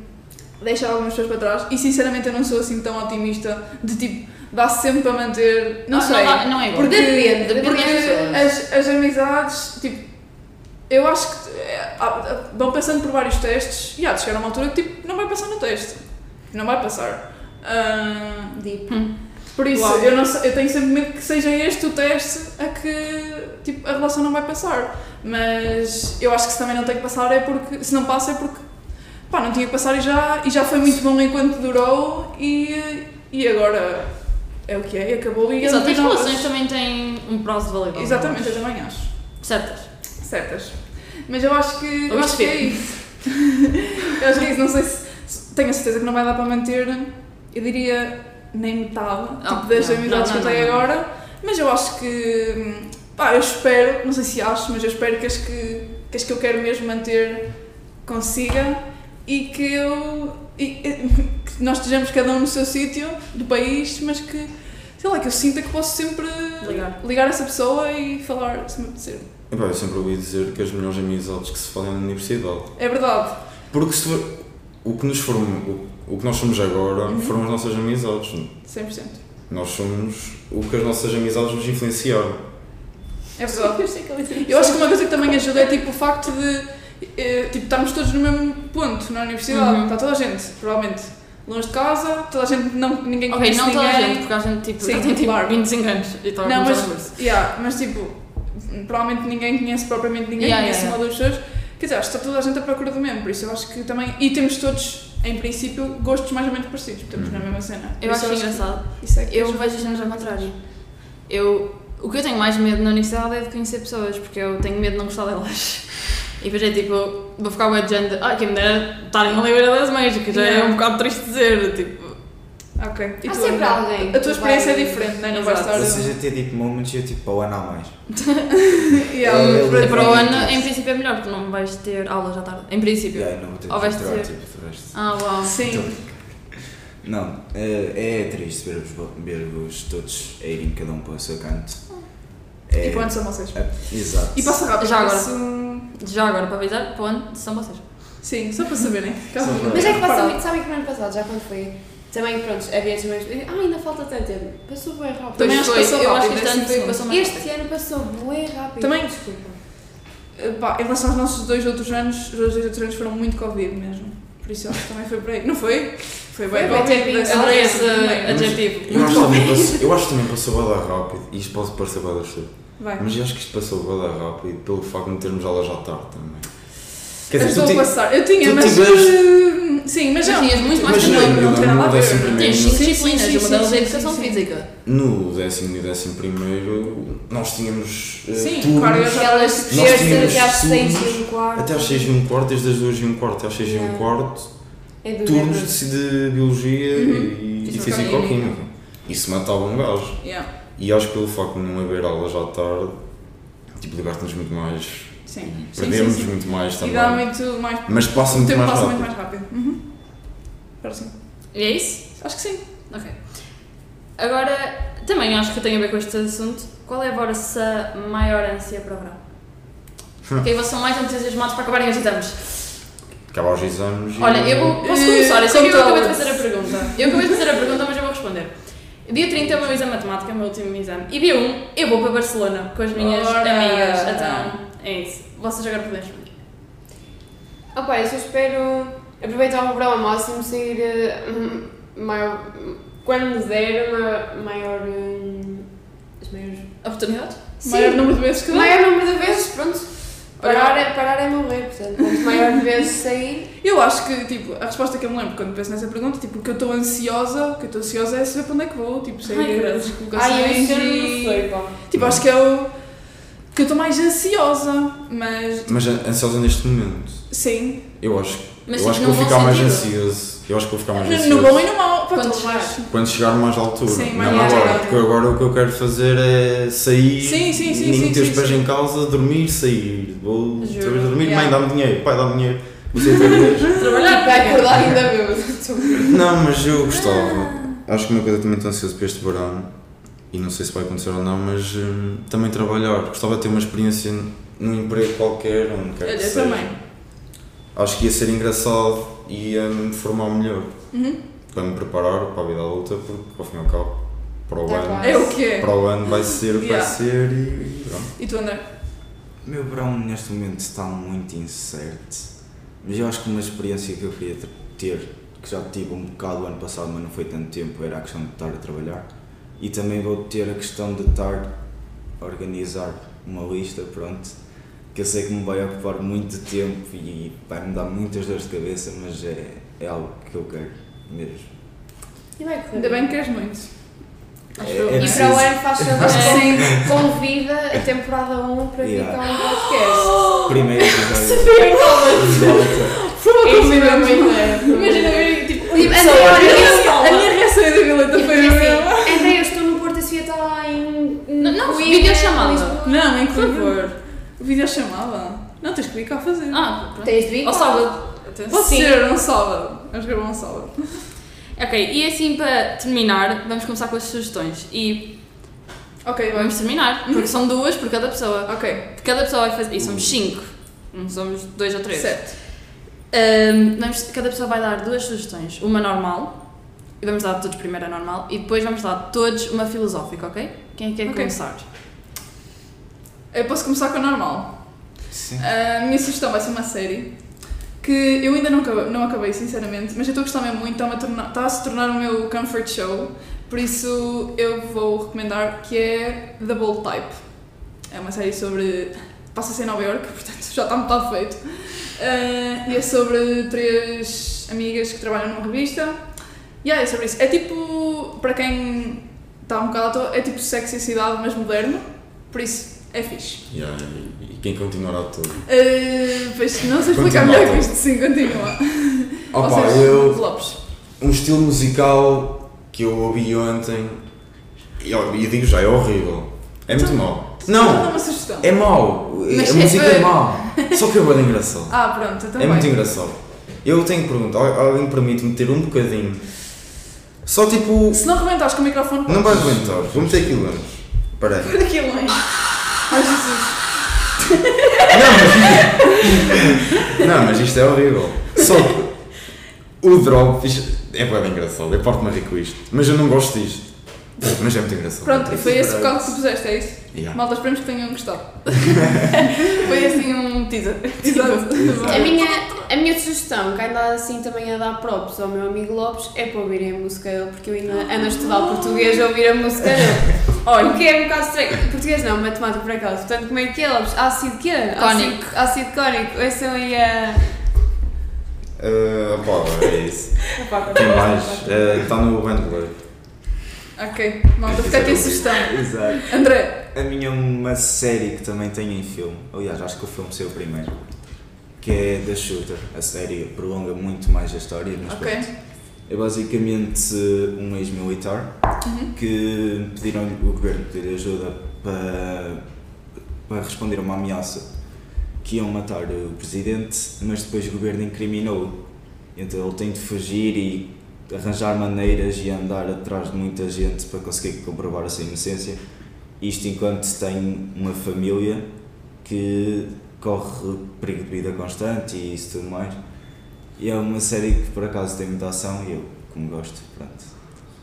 deixar algumas pessoas para trás. E sinceramente eu não sou assim tão otimista de tipo, dá sempre para manter. Não Ah, sei. dá- não é igual. porque Depende, depende porque das pessoas. as, as amizades, tipo, eu acho que é, há- há- vão passando por vários testes e há de chegar a uma altura que tipo, não vai passar no teste. Não vai passar. Ah, Deep. por isso, Uau. eu, não sei- eu tenho sempre medo que seja este o teste a que tipo, a relação não vai passar. Mas eu acho que se também não tem que passar é porque. Se não passa é porque pá, não tinha que passar e já, e já foi muito bom enquanto durou e, e agora é o que é, e acabou e Exato, não as tem novas. relações também têm um prazo de validade. Exatamente, é eu também acho. Certas. Certas. Mas eu acho que. Eu Vamos acho que ver. é isso. eu acho que é isso, não sei se. se- Tenho a certeza que não vai dar para manter, eu diria, nem metade Ah, tipo, das não, amizades não, que eu não, tenho não, não. agora, mas eu acho que. hum, Pá, eu espero, não sei se acho, mas eu espero que as que, que, as que eu quero mesmo manter consiga e que eu. e- e- que nós estejamos cada um no seu sítio do país, mas que. sei lá, que eu sinta que posso sempre Ligar. ligar essa pessoa e falar se me apetecer. Epá, eu sempre ouvi dizer que as melhores amizades que se fazem na universidade. É verdade. Porque se for- o que nos form- o, o que nós somos agora Uhum. foram as nossas amizades. 100%. Nós somos o que as nossas amizades nos influenciaram. É verdade. Eu acho que uma coisa que também ajuda é tipo o facto de eh, tipo, estarmos todos no mesmo ponto na universidade. Uhum. Está toda a gente, provavelmente, longe de casa, toda a gente, não, ninguém Ok, conhece não toda a ninguém. gente, porque a gente tipo, Sim, já tem tipo claro. 25 anos e está a Não, começar mas, a curso. yeah, mas tipo, provavelmente ninguém conhece propriamente ninguém, Yeah, conhece yeah, uma ou duas pessoas. Quer dizer, acho que está toda a gente à procura do mesmo, por isso eu acho que também. E temos todos, em princípio, gostos mais ou menos parecidos, Uhum. estamos na mesma cena. Por Eu isso acho engraçado. que Isso é que Eu ajuda. vejo as cenas ao contrário. Eu, o que eu tenho mais medo na universidade é de conhecer pessoas, porque eu tenho medo de não gostar delas. E depois é tipo, vou ficar bem adiante, ah, quem me dera estarem na Libra das Mães, que já é Yeah. um bocado triste dizer, tipo, Ok. E Há tu, sempre Ana? alguém. tipo, A tua que experiência vai- é diferente, não é? Não vai Exato. estar. Ou um- seja, ter tipo moments e eu tipo, ou ano a mais. Yeah, É, mas é para o verdade. ano, em princípio é melhor, porque não vais ter aulas à tarde, em princípio. E aí não vou ter Ou vais que entrar, dizer- tipo, de resto. Ah, uau. Sim. Então, Não, é, é triste ver-vos ver-vos todos a irem cada um para o seu canto. É, E quantos são vocês? é, Exato. E passa rápido. Já agora. passo- Já agora, para avisar, para onde são vocês? Sim, só para né? saberem. Só para- Mas é que passa Reparado. muito, sabem que no ano passado, já quando foi. Também, pronto, havia as mesmas. Ah, ainda falta tanto tempo. Passou bem rápido. Também acho que Pois foi, passou eu acho rápido, que este ano foi décimo passou mais rápido. Este ano passou bem rápido. Também- Desculpa. Eh, pá, em relação aos nossos dois outros anos, os dois outros anos foram muito Covid mesmo. Por isso eu acho que também foi por aí. Não foi? Foi bem Foi Covid. bem, desse bem. ano, Adorei esse é também. é adjetivo. Eu acho, que também passou, eu acho que também passou bué da rápido, e isto pode parecer bada estúpido, Vai. mas eu acho que isto passou bué da rápido pelo facto de não termos aulas à tarde também. Quer Eu dizer, estou tu a ti- passar. Eu tinha, tu mas. tiveste- eh, Sim, Mas mas já. tinhas muito mas mais é tempo no- livre, no- não tem no nada a ver. décimo primeiro- Tens Sim, cinco sim, disciplinas, sim, uma delas é sim, educação sim, sim. física. No décimo e décimo primeiro nós tínhamos eh, Sim, turnos claro, eu já- Aquelas Nós terças tínhamos até às seis segundos, e um quarto. até às 6 e um quarto, desde as 2 e um quarto até às 6 e um Yeah. quarto, É do turnos de, de biologia e, Uhum. e é Física-química. físico-química. Isso matava um gajo. Yeah, E acho que pelo facto de não haver aulas à tarde, tipo, liberta-nos muito mais, Sim. Sim, sim, perdemos sim. muito mais E também. dá muito mais. Mas passa O muito tempo mais passa rápido. muito mais rápido. Uhum. Agora sim. E é isso? Acho que sim. Ok. Agora, também acho que tem a ver com este assunto. Qual é a vossa maior ânsia para o verão? O que é que vocês são mais entusiasmados para acabarem os exames? Acaba os exames e. Olha, eu vou, posso Eh, começar, eu sei que eu conta-me. acabei de fazer a pergunta. Eu acabei de fazer a pergunta, mas eu vou responder. Dia 30 é o meu exame de matemática, é o meu último exame. E dia 1 eu vou para Barcelona com as minhas Ora! amigas. Então, é isso. Vocês agora podem responder. Opa, eu só espero aproveitar o verão ao máximo, sair eh, hum, maior, quando der uma maior. hum, as maiores. Oportunidades? Maior número de vezes que dá. maior número de vezes, pronto. Olha. Parar é, parar é morrer, portanto, quanto maior vezes sair. Eu acho que, tipo, a resposta que eu me lembro quando penso nessa pergunta, tipo, o que eu estou ansiosa, o que eu estou ansiosa é saber para onde é que vou, tipo, Ai, sair credo. as colocações Ai, eu isso eu não e... sei, pá. Tipo, acho que é o que eu estou mais ansiosa, mas, Mas é ansiosa neste momento. sim, Eu acho, Mas tipo, eu acho que no vou bom ficar mais sentido. ansioso. Eu acho que vou ficar mais no, no bom e ansioso. no mau, para Quando todos. chegares. Quando chegar mais à altura. Sim, mais não à agora. altura. Porque agora o que eu quero fazer é sair. Sim, sim, sim, Nem sim, ter os sim, pés sim. em casa, dormir, sair. Vou Juro. saber dormir. Mãe, Yeah. dá-me dinheiro. Pai, dá-me dinheiro. Você entende? Trabalhar Vai vai acordar acordar ainda mesmo. Não, mas eu gostava. Acho que uma coisa que também estou ansioso para este verão, e não sei se vai acontecer ou não, mas hum, também trabalhar. Gostava de ter uma experiência num emprego qualquer, onde quer Olha, que eu seja. também. Acho que ia ser engraçado e ia me formar melhor. Uhum. Para me preparar para a vida adulta, porque ao fim e ao cabo, para o Tá ano. quase. É o que é. Para o ano vai ser o que Yeah. vai ser e pronto. E tu, André? Meu verão neste momento está muito incerto, mas eu acho que uma experiência que eu queria ter- ter, que já tive um bocado o ano passado, mas não foi tanto tempo, era a questão de estar a trabalhar. E também vou ter a questão de estar a organizar uma lista, pronto, que eu sei que me vai ocupar muito tempo e vai me dar muitas dores de cabeça, mas é, é algo que eu quero mesmo. E vai correr. Ainda bem que queres muito. Acho É- eu. é E para o ano faz Acho que favor, sim. convida a temporada 1 para vir Yeah. cá um podcast. Primeiro episódio. Foi uma Isso é convidante. muito leve. Imagina, eu, tipo, Tipo, a, andei a minha, olhar- a minha reação é da Violeta foi Porque a mesma. assim, André, eu estou no Porto, a Sofia está lá em. Não, não, Coimbra, videochamada. Lisboa. Não, é em Por favor. Videochamada? Não, tens que vir cá fazer. Ah, pronto. Tens de vir? Ao cá. sábado. Pode Sim. ser, um sábado. Vamos gravar um sábado. Ok, e assim para terminar, vamos começar com as sugestões. E Ok, vamos. vamos terminar, porque são duas por cada pessoa. Ok, Porque cada pessoa vai fazer. E somos cinco. Não somos dois ou três. certo. Ahm, vamos- cada pessoa vai dar duas sugestões. Uma normal, e vamos dar todos primeiro a normal, e depois vamos dar todos uma filosófica, ok? Quem é que quer Ok. começar? Eu posso começar com a normal. Sim. A minha sugestão vai ser uma série que eu ainda não acabei, não acabei sinceramente, mas eu estou a gostar mesmo muito, está-me a tornar- está a se tornar o meu comfort show, por isso eu vou recomendar que é The Bold Type. É uma série sobre. passa-se em Nova York, portanto já está metade feito. Ah, e é sobre três amigas que trabalham numa revista. E yeah, é sobre isso. É tipo, para quem está um bocado à toa, é tipo sexo e cidade, mas moderno, por isso é fixe. Yeah, e, e quem continuará todo. Uh, pois não sei explicar Continua. melhor que isto, sim, continua. Ou Opa, seja, eu. Lopes. um estilo musical que eu ouvi ontem e eu, e digo já, é horrível. É Então- muito mau. Vou dar Não, uma sugestão. é mau. Mas a é música é para- mau. Só que é bem engraçado. Ah, pronto, então É muito vai. engraçado. Eu tenho que perguntar, al- alguém permite-me ter um bocadinho. Só tipo. Se não rebentares com o microfone, Não vai aguentar, vou meter aquilo antes. Espera aí. Aqui longe. Ai, Jesus. Não, mas isto é horrível. Só que o drop isto é bem engraçado. Eu parto-me a rir com isto. Mas eu não gosto disto. Mas é muito engraçado. Pronto, e foi esse Para- bocado que tu puseste, é isso? Yeah. Malta, esperemos que tenham gostado. Foi assim um teaser. Exato. A minha, a minha sugestão, que ainda assim também a dar props ao meu amigo Lopes, é para ouvirem a música dele, porque eu ainda ando a estudar português a ouvir a música dele. Olha, o que é um bocado estranho. Português não, matemática por acaso. Portanto, como é que é, Lopes? Ácido quê? Ácido- Ácido cónico. Ouçam aí a. Ah, pá, é isso. Tem mais. eh, Está no Bandler. Ok, malta, fica aqui a sugestão. Exato. André, A minha é uma série que também tem em filme. Aliás, acho que o filme saiu primeiro. Que é The Shooter. A série prolonga muito mais a história. Mas ok. pronto. É basicamente um ex-militar Uhum. que pediram o governo pediu ajuda para, para responder a uma ameaça que iam matar o presidente, mas depois o governo incriminou-o. Então ele tem de fugir e arranjar maneiras e andar atrás de muita gente para conseguir comprovar a sua inocência. Isto enquanto tem uma família que corre perigo de vida constante e isso tudo mais. E é uma série que por acaso tem muita ação e eu, como gosto, pronto.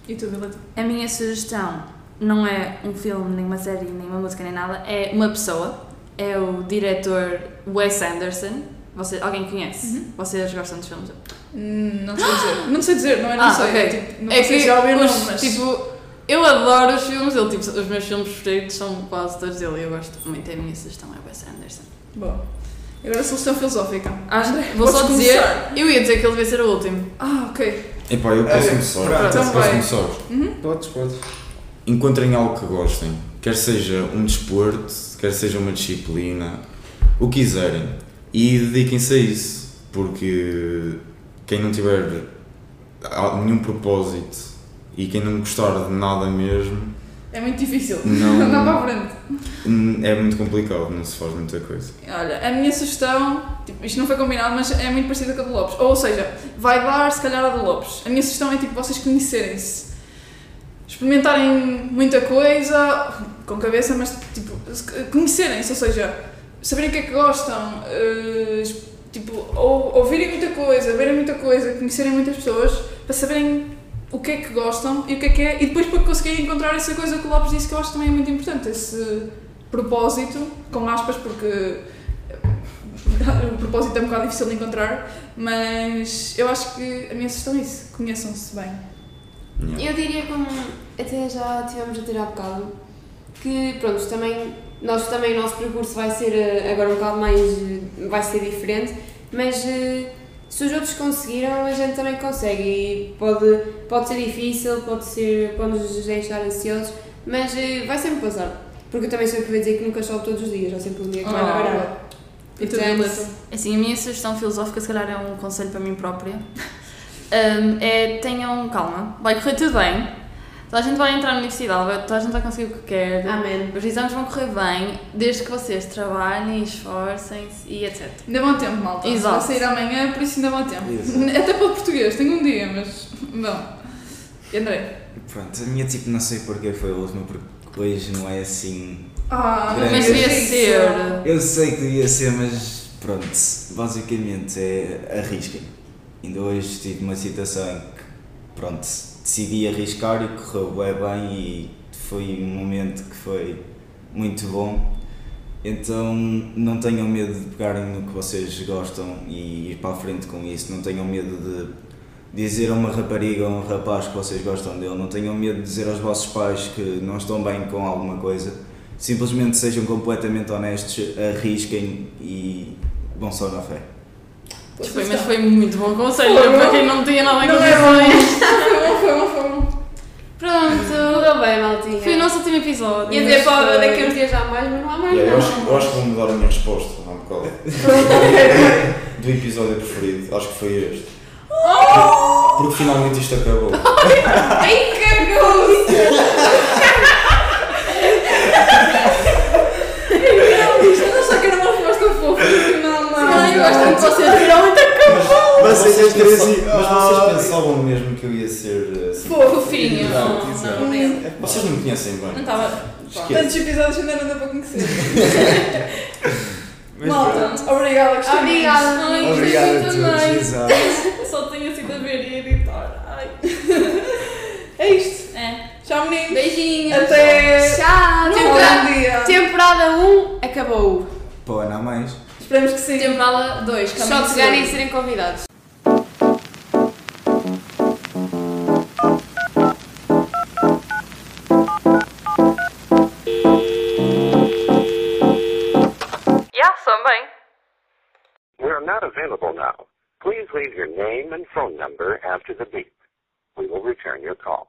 E tu, Violeta? A minha sugestão não é um filme, nem uma série, nem uma música, nem nada, é uma pessoa. É o diretor Wes Anderson. Você, alguém conhece? Vocês gostam dos filmes? Hum, Não sei dizer. Não sei dizer, não é? Não Ah, sei. ok. É, tipo, não é sei que se já ouviram, os- mas... tipo, eu adoro os filmes, ele, tipo, os meus filmes preferidos são quase todos dele e eu gosto muito. É A minha sugestão é Wes Anderson. Bom. E Agora a solução filosófica. Acho, Ah, vou podes só dizer, começar. eu ia dizer que ele devia ser o último. Ah, ok. Epá, eu É, posso começar. pronto, então posso vai. começar. Uhum. Podes, podes. Encontrem algo que gostem. Quer seja um desporto, quer seja uma disciplina, o que quiserem. E dediquem-se a isso. Porque quem não tiver a- nenhum propósito e quem não gostar de nada mesmo, É muito difícil. Não. Não dá para a frente. Hum, É muito complicado, não se faz muita coisa. Olha, a minha sugestão, tipo, isto não foi combinado, mas é muito parecida com a do Lopes. Ou seja, vai dar se calhar a do Lopes. A minha sugestão é tipo vocês conhecerem-se, experimentarem muita coisa, com cabeça, mas tipo, se- conhecerem-se, ou seja, saberem o que é que gostam, eh, es- tipo, ou, ouvirem muita coisa, verem muita coisa, conhecerem muitas pessoas, para saberem o que é que gostam e o que é que é, e depois para conseguirem encontrar essa coisa que o Lopes disse que eu acho que também é muito importante, esse propósito, com aspas, porque o propósito é um bocado difícil de encontrar, mas eu acho que a minha sugestão é isso: conheçam-se bem. Yeah. Eu diria como até já tivemos a ter há bocado, que pronto, também, nós também o nosso percurso vai ser eh, agora um bocado mais, eh, vai ser diferente, mas eh, se os outros conseguiram, a gente também consegue e pode, pode ser difícil, pode, ser, pode nos deixar ansiosos, mas eh, vai sempre passar. Porque eu também sempre vou dizer que nunca chove todos os dias, há sempre um dia que vai Ah, parar. E tu, Portanto, Violeta? Assim, a minha sugestão filosófica, se calhar é um conselho para mim própria, Ahm, é tenham calma, vai correr tudo bem, toda a gente vai entrar na universidade, vai- toda a gente vai conseguir o que quer, Amém. os exames vão correr bem, desde que vocês trabalhem, esforcem-se e etc. Ainda bom tempo, malta. Exato. Vai sair amanhã, por isso ainda bom tempo. Exato. Até para o português, tenho um dia, mas. Bom. E André? Pronto, a minha tipo não sei porque foi a última, porque hoje não é assim. Ah, Grande. Mas eu devia sei ser. Eu sei que devia ser, mas pronto, basicamente é arrisquem. Ainda hoje tive uma situação em que pronto, decidi arriscar e correu bem, bem e foi um momento que foi muito bom. Então não tenham medo de pegarem no que vocês gostam e ir para a frente com isso, não tenham medo de dizer a uma rapariga ou a um rapaz que vocês gostam dele, não tenham medo de dizer aos vossos pais que não estão bem com alguma coisa, simplesmente sejam completamente honestos, arrisquem e vão só na fé. Foi, mas foi muito bom conselho Foi, para não? quem não tinha nada a Não é condições. Foi bom, foi bom, foi bom. Pronto, Tudo bem, maltinha. foi o nosso último episódio. Ia dizer para Foi. daqui a uns dias já há mais, mas não há mais Yeah, eu, não. acho, eu acho que vou mudar a minha resposta há um bocado. Do episódio preferido, acho que foi este. Porque finalmente isto acabou. Ai, cagou! Eu não sei que era uma resposta fofa, não, não. Ai, eu gosto assim. muito de vocês Mas Vocês vocês, três pensa- e- mas Ah, vocês pensavam mesmo que eu ia ser assim. fofinho. Não, Não, não. Vocês não me conhecem Não bem. estava. Esquece. Tantos episódios ainda não dá para conhecer. Mas Malta, obrigada, gostei. muito. Obrigada. Ai, pronto, gostei obrigado a muito todos. mais. exato. Só tenho sido a ver e editar. Ai. É isto. É. Tchau, meninos. Beijinhos! Até. Tchau! Um bom dia. Temporada 1 acabou. Pô, não há mais. Esperamos que sim. Temporada 2, Só de ganhem serem convidados. Yeah, something. We are not available now. Please leave your name and phone number after the beep. We will return your call.